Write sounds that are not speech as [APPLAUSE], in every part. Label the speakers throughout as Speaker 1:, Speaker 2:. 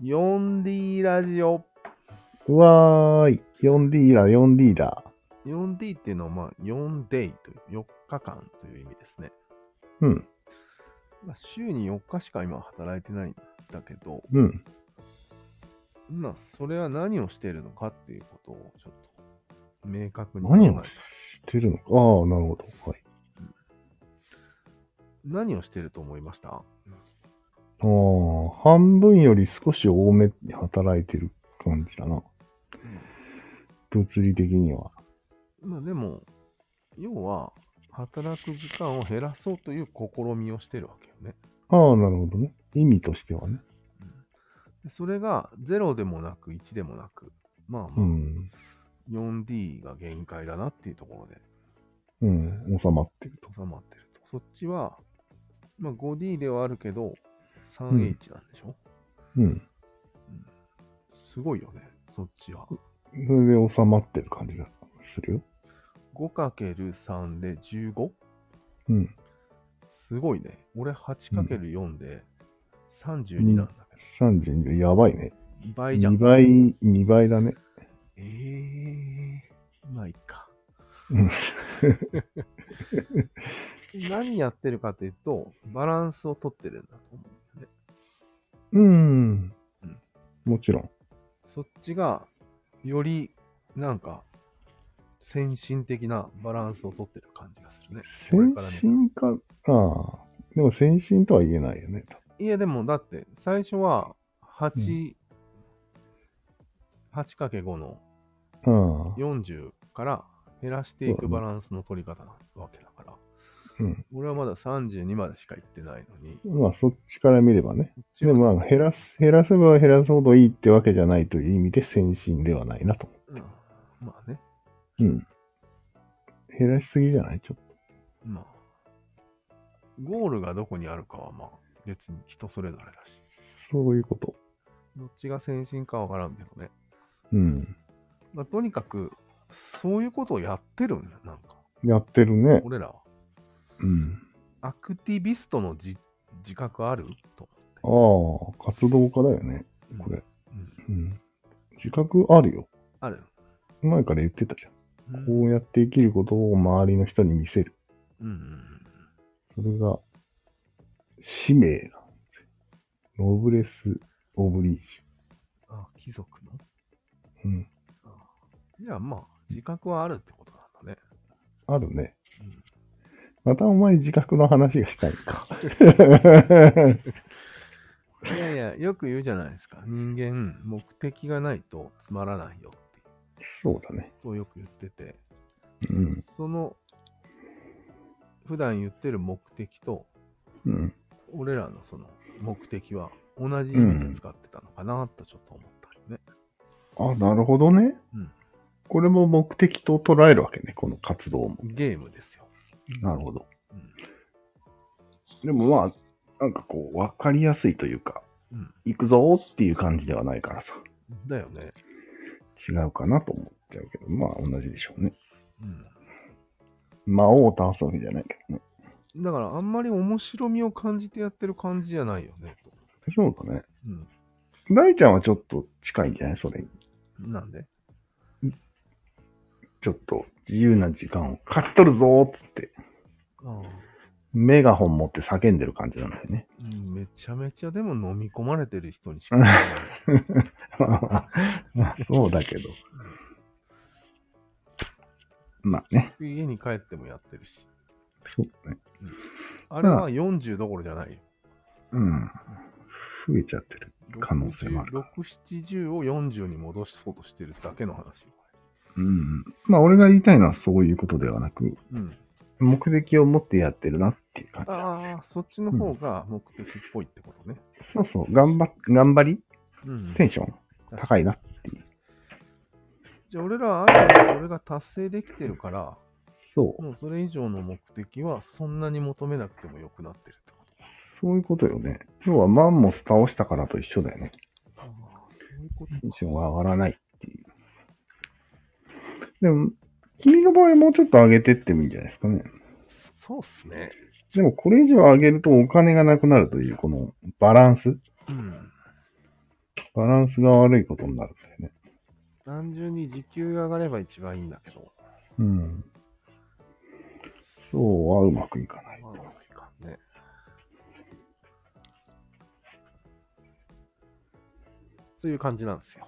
Speaker 1: 4D ラジオ。
Speaker 2: うわーい。4D だ、4D だ。
Speaker 1: 4D っていうのは、まあ、4 day という、4日間という意味ですね。
Speaker 2: うん、
Speaker 1: まあ、週に4日しか今働いてないんだけど、
Speaker 2: うん。
Speaker 1: まあ、それは何をしているのかっていうことを、ちょっと、明確に考え
Speaker 2: 何を
Speaker 1: た
Speaker 2: し。てるのか。ああ、なるほど。はい。
Speaker 1: 何をしていると思いました
Speaker 2: ああ、半分より少し多めに働いてる感じだな。物理的には。
Speaker 1: まあ、でも、要は、働く時間を減らそうという試みをしてるわけよね。
Speaker 2: ああ、なるほどね。意味としてはね。
Speaker 1: でそれが0でもなく1でもなく、まあまあ、
Speaker 2: うん。
Speaker 1: 4D が限界だなっていうところで
Speaker 2: うん。収まってると。
Speaker 1: 収まってると。そっちは、まあ、5D ではあるけど、3H
Speaker 2: ん
Speaker 1: なんでしょ、
Speaker 2: うん。
Speaker 1: すごいよね、そっちは。
Speaker 2: それで収まってる感じがするよ。
Speaker 1: 5×3 で 15?
Speaker 2: うん。
Speaker 1: すごいね。俺 8×4 で32
Speaker 2: う
Speaker 1: なん
Speaker 2: ん
Speaker 1: だけど、
Speaker 2: 32、やばいね。
Speaker 1: 2倍じゃ
Speaker 2: 2
Speaker 1: ん。
Speaker 2: 倍、2倍だね。
Speaker 1: ええー、まあいいか。
Speaker 2: うん。
Speaker 1: [LAUGHS] 何やってるかというと、バランスを取ってるんだと思う、ね。
Speaker 2: うん。もちろん。
Speaker 1: そっちが、より、なんか、先進的なバランスを取ってる感じがするね。これ
Speaker 2: 先
Speaker 1: からね。
Speaker 2: 進か、ああ。でも先進とは言えないよね。
Speaker 1: いや、でも、だって、最初は、8、8×5 の
Speaker 2: ああ。
Speaker 1: 40から減らしてい
Speaker 2: そう
Speaker 1: く
Speaker 2: だね
Speaker 1: バランスの取り方なわけだから。
Speaker 2: うん。
Speaker 1: 俺はまだ32までしか行ってないのに。
Speaker 2: まあ、そっちから見ればね。
Speaker 1: こっち
Speaker 2: で
Speaker 1: は
Speaker 2: も、まあ、減らす、減らせば減らすほどいいってわけじゃないという意味で先進ではないなと。
Speaker 1: うんまあね。
Speaker 2: うん。減らしすぎじゃないちょっ
Speaker 1: まあ。ゴールがどこにあるかは、まあ、別に人それぞれだし。
Speaker 2: と。そういうこと。
Speaker 1: どっちが先進かわからんけどね。
Speaker 2: うん。
Speaker 1: まあ、とにかく、そういうことをやってるんだ、なんか。
Speaker 2: やってるね。
Speaker 1: 俺らは。
Speaker 2: うん。
Speaker 1: アクティビストの自自覚あると
Speaker 2: ああ、活動家だよね。
Speaker 1: 思って。
Speaker 2: これ。
Speaker 1: うん、
Speaker 2: うん。自覚あるよ。
Speaker 1: ある。
Speaker 2: 前から言ってたじゃん。
Speaker 1: うん
Speaker 2: こうやって生きることを周りの人に見せる。
Speaker 1: うんうん
Speaker 2: それが、使命なんですよ。ノブレス・オブリージ
Speaker 1: うん。あ、貴族の
Speaker 2: ュ。うん。
Speaker 1: じゃあまあ、自覚はあるってことなんだね。
Speaker 2: あるね
Speaker 1: うん。
Speaker 2: またお前自覚の話がしたいの
Speaker 1: [LAUGHS]
Speaker 2: か。
Speaker 1: いやいや、よく言うじゃないですか。人間、目的がないとつまらないよっていう
Speaker 2: そうだね。
Speaker 1: ことをよく言ってて、
Speaker 2: うん。
Speaker 1: その、普段言ってる目的と、
Speaker 2: うん。
Speaker 1: 俺らのその目的は同じ意味で使ってたのかなとちょっと思ったりね。
Speaker 2: あ、なるほどね。
Speaker 1: うん
Speaker 2: これも目的と捉えるわけね。この活動も。
Speaker 1: ゲームですよ。
Speaker 2: なるほど。
Speaker 1: うん
Speaker 2: でもまあ、なんかこう、わかりやすいというか、
Speaker 1: うん
Speaker 2: 行くぞーっていう感じではないからさ。
Speaker 1: だよね。
Speaker 2: 違うかなと思っちゃうけど、まあ同じでしょうね。
Speaker 1: うん。
Speaker 2: 魔王を倒すわけじゃないけどね。
Speaker 1: だからあんまり面白みを感じてやってる感じじゃないよね。と
Speaker 2: そうだね。
Speaker 1: うん。
Speaker 2: 大ちゃんはちょっと近いんじゃないそれに。
Speaker 1: なんで
Speaker 2: ちょっと自由な時間を買っとるぞーっつって、
Speaker 1: ああ、
Speaker 2: メガホン持って叫んでる感じなんだよね。
Speaker 1: う
Speaker 2: [LAUGHS]
Speaker 1: んめちゃめちゃでも飲み込まれてる人にしか見えな
Speaker 2: [LAUGHS]
Speaker 1: い。
Speaker 2: まあそうだけど。まあね。
Speaker 1: 家に帰ってもやってるし。
Speaker 2: そうだね。
Speaker 1: あれは40どころじゃないよ。
Speaker 2: うん。増えちゃってる。可能性もある
Speaker 1: 6、70を40に戻そうとしてるだけの話よ。
Speaker 2: うん。まあ俺が言いたいのはそういうことではなく、
Speaker 1: うん。
Speaker 2: 目的を持ってやってるなっていう感じ。
Speaker 1: ああ、そっちの方が目的っぽいってことね。
Speaker 2: そうそう。頑張っ、頑張り
Speaker 1: うん。
Speaker 2: テンション
Speaker 1: 確か
Speaker 2: 高
Speaker 1: に
Speaker 2: いな。
Speaker 1: じゃあ俺らはある意味それが達成できてるから、
Speaker 2: そう。
Speaker 1: もうそれ以上の目的はそんなに求めなくてもよくなってるってこと。
Speaker 2: そういうことよね。要はマンモス倒したからと一緒だよね。
Speaker 1: ああ、そういうこと
Speaker 2: テンションが上がらないっていう。でも、君の場合もうちょっと上げてってもいいんじゃないですかね。
Speaker 1: そうっすね。
Speaker 2: でもこれ以上上げるとお金がなくなるというこのバランス
Speaker 1: うん。
Speaker 2: バランスが悪いことになるんだよね。
Speaker 1: 単純に時給が上がれば一番いいんだけど。
Speaker 2: うん。そうはうまくいかない。
Speaker 1: まあ、うまくいかんね。という感じなんですよ。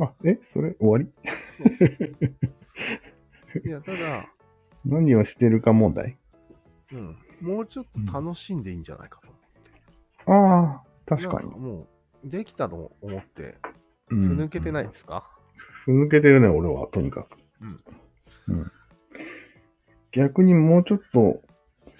Speaker 2: あ、えそれ終わり
Speaker 1: そうそうそう。いや、ただ、
Speaker 2: 何をしてるか問題
Speaker 1: うん、もうちょっと楽しんでいいんじゃないかと思って。
Speaker 2: ああ、確か
Speaker 1: なん
Speaker 2: に。
Speaker 1: もう、できたと思って、
Speaker 2: ふ
Speaker 1: ふ抜けてない。ですか、
Speaker 2: ふ抜けてるね、俺は、とにかく。うん逆にもうちょっと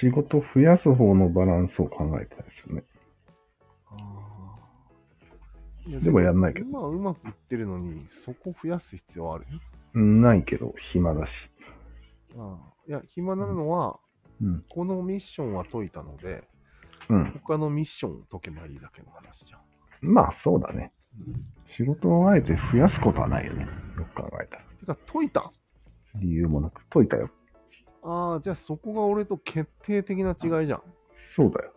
Speaker 2: 仕事増やす方のバランスを考えたいですよね。
Speaker 1: あーいや
Speaker 2: でもやんないけど
Speaker 1: 今はうまくいってるのに、そこ増やす必要ある
Speaker 2: ないけど、暇だし。
Speaker 1: ああいや、暇なのは、
Speaker 2: うん。
Speaker 1: このミッションは解いたので、
Speaker 2: うん。
Speaker 1: 他のミッションを解けばいいだけの話じゃん。
Speaker 2: まあ、そうだね。仕事をあえて増やすことはないよね。よく考えたら。
Speaker 1: てか、解いた
Speaker 2: 理由もなく解いたよ。
Speaker 1: ああ、じゃあそこが俺と決定的な違いじゃん。
Speaker 2: そうだよ。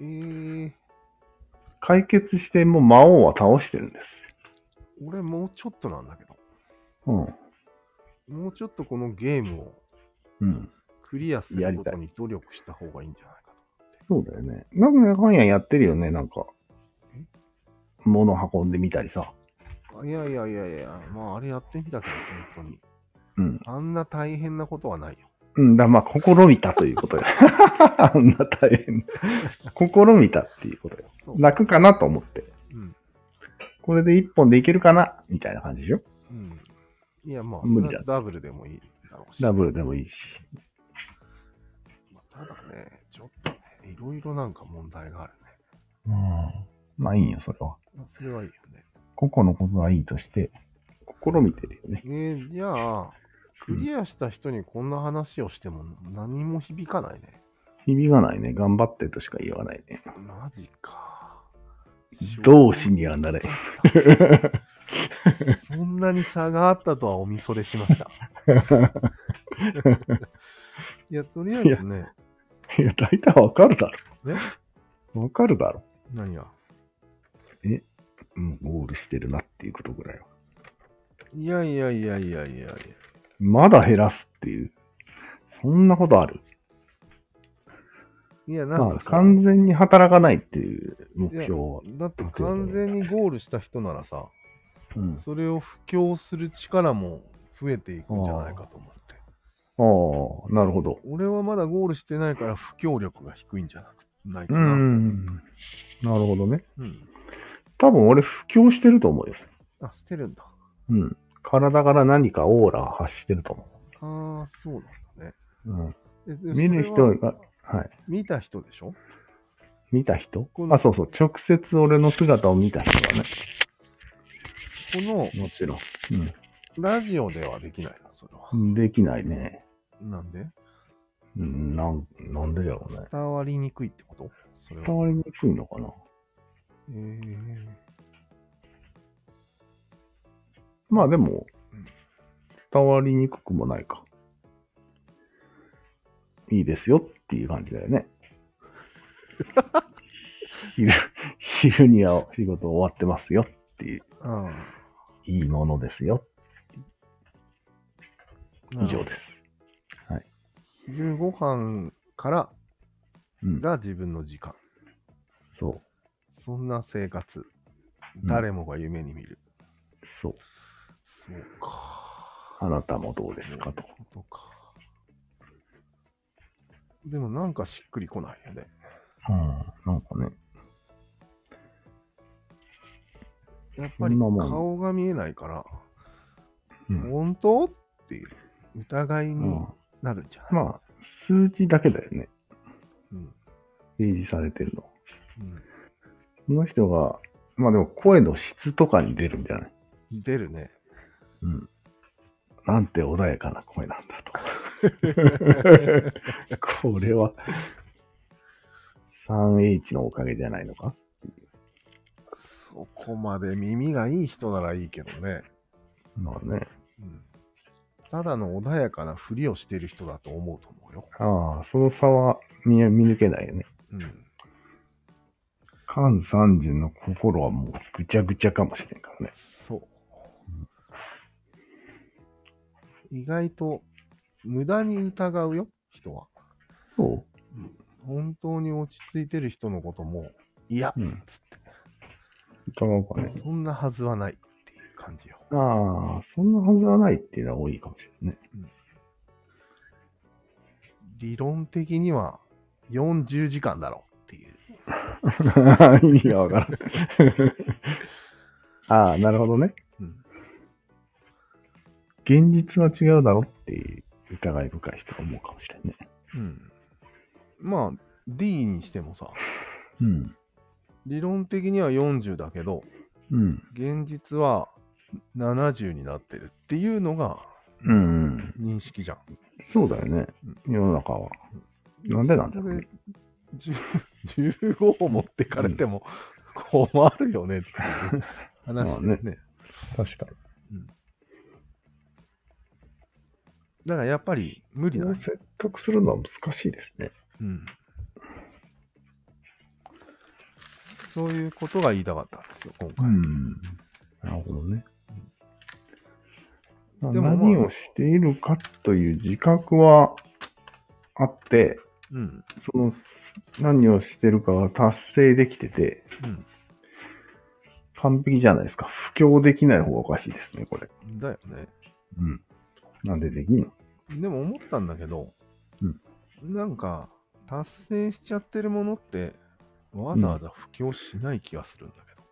Speaker 1: えー、
Speaker 2: 解決しても魔王は倒してるんです。
Speaker 1: 俺もうちょっとなんだけど、
Speaker 2: うん。
Speaker 1: もうちょっとこのゲームを
Speaker 2: うん。
Speaker 1: クリアす
Speaker 2: や
Speaker 1: る
Speaker 2: り
Speaker 1: こ
Speaker 2: たい
Speaker 1: とに努力した方がいいんじゃないか
Speaker 2: そうだよね。なんかかんややってるよね、なんか。物運んでみたりさ。
Speaker 1: と。あいやいやいやいや、まああれやってみたけど、本当に。
Speaker 2: うん。
Speaker 1: あんな大変なことはないよ。
Speaker 2: うんだ、まあ、試みたということよ。 [LAUGHS] あんな大変。試みたっていうことよ。
Speaker 1: そう。
Speaker 2: 楽かなと思って。
Speaker 1: うん。
Speaker 2: これで一本でいけるかなみたいな感じでしょ
Speaker 1: うん。いや、まあ、そ
Speaker 2: 無理だ
Speaker 1: れはダブルでもいいだろうし。
Speaker 2: ダブルでもいいし。
Speaker 1: まあただね、ちょっとね、いろいろなんか問題があるね。
Speaker 2: うん。まあいいよ、それは。
Speaker 1: まあそれはいいよね。
Speaker 2: 個々のことはいいとして、試みてるよね。
Speaker 1: えーじゃあ、クリアした人にこんな話をしても何も響かないね。
Speaker 2: 響かないね。頑張ってとしか言わないね。 [LAUGHS]
Speaker 1: マジか。
Speaker 2: 同志にはなれ。
Speaker 1: そんなに差があったとはおみそれしま [LAUGHS] した。いや、とりあえずね、
Speaker 2: いや、大体わかるだ
Speaker 1: ね
Speaker 2: ろ。わかるだろ。
Speaker 1: 何が
Speaker 2: うん、ゴールしてるなっていうことぐらいは。
Speaker 1: いやいやいやいやいやいや。
Speaker 2: まだ減らすっていう。そんなことある
Speaker 1: いや、な
Speaker 2: ま
Speaker 1: ん
Speaker 2: あ、
Speaker 1: かさ、
Speaker 2: 完全に働かないっていう目標は。
Speaker 1: だって完全にゴールした人ならさ、
Speaker 2: うん、
Speaker 1: それを布教する力も増えていくんじゃないかと思って。
Speaker 2: ああ、なるほど。
Speaker 1: 俺はまだゴールしてないから布教力が低いんじゃなくないか
Speaker 2: う
Speaker 1: な。
Speaker 2: ん。なるほどね。
Speaker 1: うん
Speaker 2: 多分俺、布教してると思うよ。
Speaker 1: あ、してるんだ。
Speaker 2: うん。体から何かオーラが発してると思
Speaker 1: ああ、そうなんだね。
Speaker 2: う。うん。
Speaker 1: えで
Speaker 2: 見る
Speaker 1: そ
Speaker 2: 人
Speaker 1: れは
Speaker 2: が、はい。
Speaker 1: 見た人でしょ
Speaker 2: 見た人
Speaker 1: この
Speaker 2: あ、そうそう。直接俺の姿を見た人はね。
Speaker 1: この
Speaker 2: もちろん。
Speaker 1: ラジオではできないの、それは
Speaker 2: う。ん。できないね。
Speaker 1: なんで
Speaker 2: うん、なん、なんでだろうね。
Speaker 1: 伝わりにくいってことそれ
Speaker 2: 伝
Speaker 1: は。
Speaker 2: わりにくいのかな。
Speaker 1: えー、
Speaker 2: まあでも
Speaker 1: うん、
Speaker 2: 伝わりにくくもないか。いいですよっていう感じだ
Speaker 1: [LAUGHS]
Speaker 2: よね。昼、昼には仕事終わってますよっていう、
Speaker 1: あ
Speaker 2: いいものですよ。
Speaker 1: あ。
Speaker 2: 以上です。
Speaker 1: 昼ご飯から
Speaker 2: うん。
Speaker 1: が自分の時間。
Speaker 2: そう。
Speaker 1: そんな生活。
Speaker 2: うん
Speaker 1: 誰もが夢に見る。
Speaker 2: そう。
Speaker 1: そうか。
Speaker 2: あなたもどうですかと
Speaker 1: そういうことか。でもなんかしっくりこないよね。
Speaker 2: うん。なんかね。
Speaker 1: やっぱり
Speaker 2: そんなもん
Speaker 1: 顔が見えないから、
Speaker 2: うん。
Speaker 1: 本当っていう疑いうに
Speaker 2: ん、
Speaker 1: なるんじゃない、
Speaker 2: まあ、数字だけだよね。
Speaker 1: うん
Speaker 2: 提示されてるの。
Speaker 1: うん
Speaker 2: この人が、まあでも声の質とかに出るんじゃない
Speaker 1: 出るね。
Speaker 2: うん。なんて穏やかな声なん [LAUGHS] だと。これは、3H のおかげじゃないのか
Speaker 1: そこまで耳がいい人ならいいけどね。
Speaker 2: まあね。
Speaker 1: うんただの穏やかなふりをしてる人だと思うと思うよ。
Speaker 2: ああ、その差は見え見抜けないよね。
Speaker 1: うん、
Speaker 2: 半3時の心はもうぐちゃぐちゃかもしれんからね。
Speaker 1: そう。意外と、無駄に疑うよ、人は。
Speaker 2: そ
Speaker 1: 本当に落ち着いてる人のことも、いや
Speaker 2: う。、うん。
Speaker 1: つって、
Speaker 2: 疑うかね。
Speaker 1: そんなはずはないっていう感じよ。
Speaker 2: ああ、そんなはずはないっていうのは多いかもしれないね。
Speaker 1: 理論的には40時間だろうっていう。
Speaker 2: [LAUGHS] 意味がわからん。ああ、なるほどね。
Speaker 1: うん
Speaker 2: 現実は違うだろっていう疑い深い人は思うかもしれんね。
Speaker 1: うん。まあ、D にしてもさ、
Speaker 2: うん。
Speaker 1: 理論的には40だけど、
Speaker 2: うん。
Speaker 1: 現実は70になってるっていうのが
Speaker 2: うん、うん。
Speaker 1: 認識じゃん。
Speaker 2: そうだよね。世の中は。なんでなんだろうね
Speaker 1: そこで10 15を持ってかれても困るよねっていう話だよね。
Speaker 2: 確か
Speaker 1: だからやっぱり無理
Speaker 2: に。
Speaker 1: だね。
Speaker 2: 説得するのは難しいですね。
Speaker 1: うん。そういうことが言いたかったんですよ、今回。
Speaker 2: ん。なるほどね。まあ
Speaker 1: でもまあ
Speaker 2: 何をしているかという自覚はあって、
Speaker 1: うん。
Speaker 2: その何をしてるかが達成できてて、
Speaker 1: うん。
Speaker 2: 完璧じゃないですか。布教できない方がおかしいですね、これ。
Speaker 1: だよね。
Speaker 2: うん。なんでできんの
Speaker 1: でも思ったんだけど、
Speaker 2: うん
Speaker 1: なんか、達成しちゃってるものって、わざわざ布教しない気がするんだけど。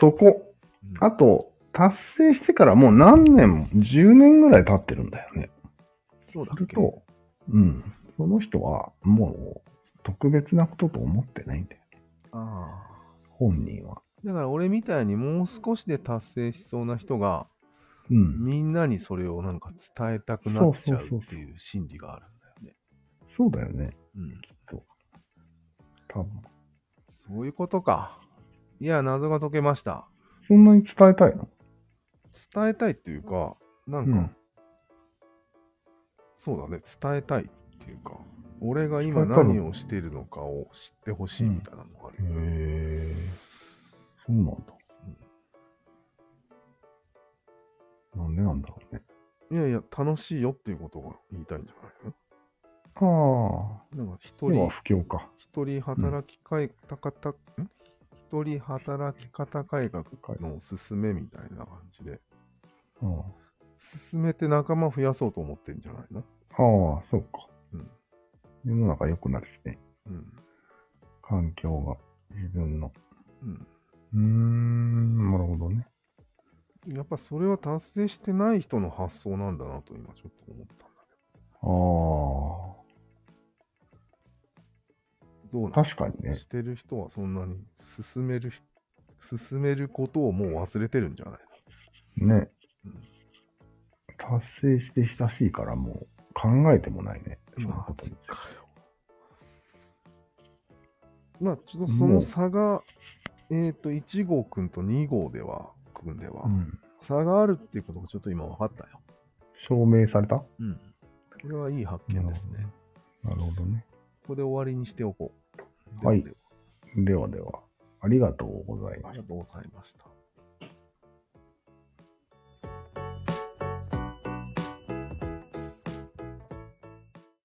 Speaker 2: そこ。
Speaker 1: うん
Speaker 2: あと、達成してからもう何年も、10年ぐらい経ってるんだよね。
Speaker 1: そうだ
Speaker 2: す
Speaker 1: っ
Speaker 2: る
Speaker 1: け
Speaker 2: と、うん。その人はもう特別なことと思ってないんだよ。
Speaker 1: ああ。
Speaker 2: 本人は。
Speaker 1: だから俺みたいにもう少しで達成しそうな人が、
Speaker 2: うん。
Speaker 1: みんなにそれをなんか伝えたくなっちゃうっていう心理があるんだよね。
Speaker 2: そうだよね。
Speaker 1: うん。
Speaker 2: 多分。
Speaker 1: そういうことか。いや、謎が解けました。
Speaker 2: そんなに伝えたいの
Speaker 1: 伝えたいっていうか、なんか、
Speaker 2: うん
Speaker 1: そうだね、伝えたいっていうか、俺が今
Speaker 2: 伝えたの
Speaker 1: 何をしているのかを知ってほしいみたいなのがあるよね。
Speaker 2: へえ。そうなんだ。なんでなんだろうね。
Speaker 1: いやいや、楽しいよっていうことが言いたいんじゃない
Speaker 2: ああ。
Speaker 1: のなんか一
Speaker 2: 今日
Speaker 1: 人
Speaker 2: は、不況か。
Speaker 1: 一人働きかい、たかた、ん一人働き方改革のおすすめみたいな感じで、
Speaker 2: うん、あ
Speaker 1: 進めて仲間増やそうと思ってんじゃないの
Speaker 2: あ、そうか。
Speaker 1: うん
Speaker 2: 世の中良くなるしね。
Speaker 1: うん。
Speaker 2: 環境が。自分の。
Speaker 1: うん。
Speaker 2: うーん、なるほどね。
Speaker 1: やっぱそれは達成してない人の発想なんだなと今ちょっと思ったんだ
Speaker 2: あ
Speaker 1: けど、どう
Speaker 2: あ。
Speaker 1: な
Speaker 2: 確かに
Speaker 1: の
Speaker 2: ね。
Speaker 1: してる人はそんなに進めるひ、進めることをもう忘れてるんじゃない
Speaker 2: ね
Speaker 1: うん。
Speaker 2: 達成して親しいからもう考えてもないね。そ
Speaker 1: の
Speaker 2: んなことに
Speaker 1: かよ。まあ、ちょっとその差が、えっ、と、1号くんと2号では、くんでは、
Speaker 2: うん。
Speaker 1: 差があるっていうことがちょっと今分かったよ。
Speaker 2: 証明された
Speaker 1: うん。これはいい発見ですね。
Speaker 2: なるほどね。
Speaker 1: ここで終わりにしておこう。
Speaker 2: はい
Speaker 1: ではでは
Speaker 2: ではでは、ありがとうございました
Speaker 1: ありがとうございました。